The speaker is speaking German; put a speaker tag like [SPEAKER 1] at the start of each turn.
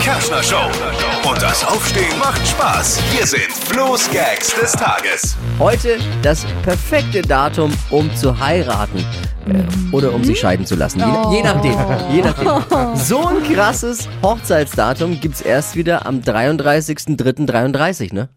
[SPEAKER 1] Kerschner Show. Und das Aufstehen macht Spaß. Hier sind Flo's Gags des Tages.
[SPEAKER 2] Heute das perfekte Datum, um zu heiraten. Äh, Oder um sich scheiden zu lassen. Je, na- je nachdem. Je nachdem. So ein krasses Hochzeitsdatum gibt's erst wieder am 33.03.33, ne?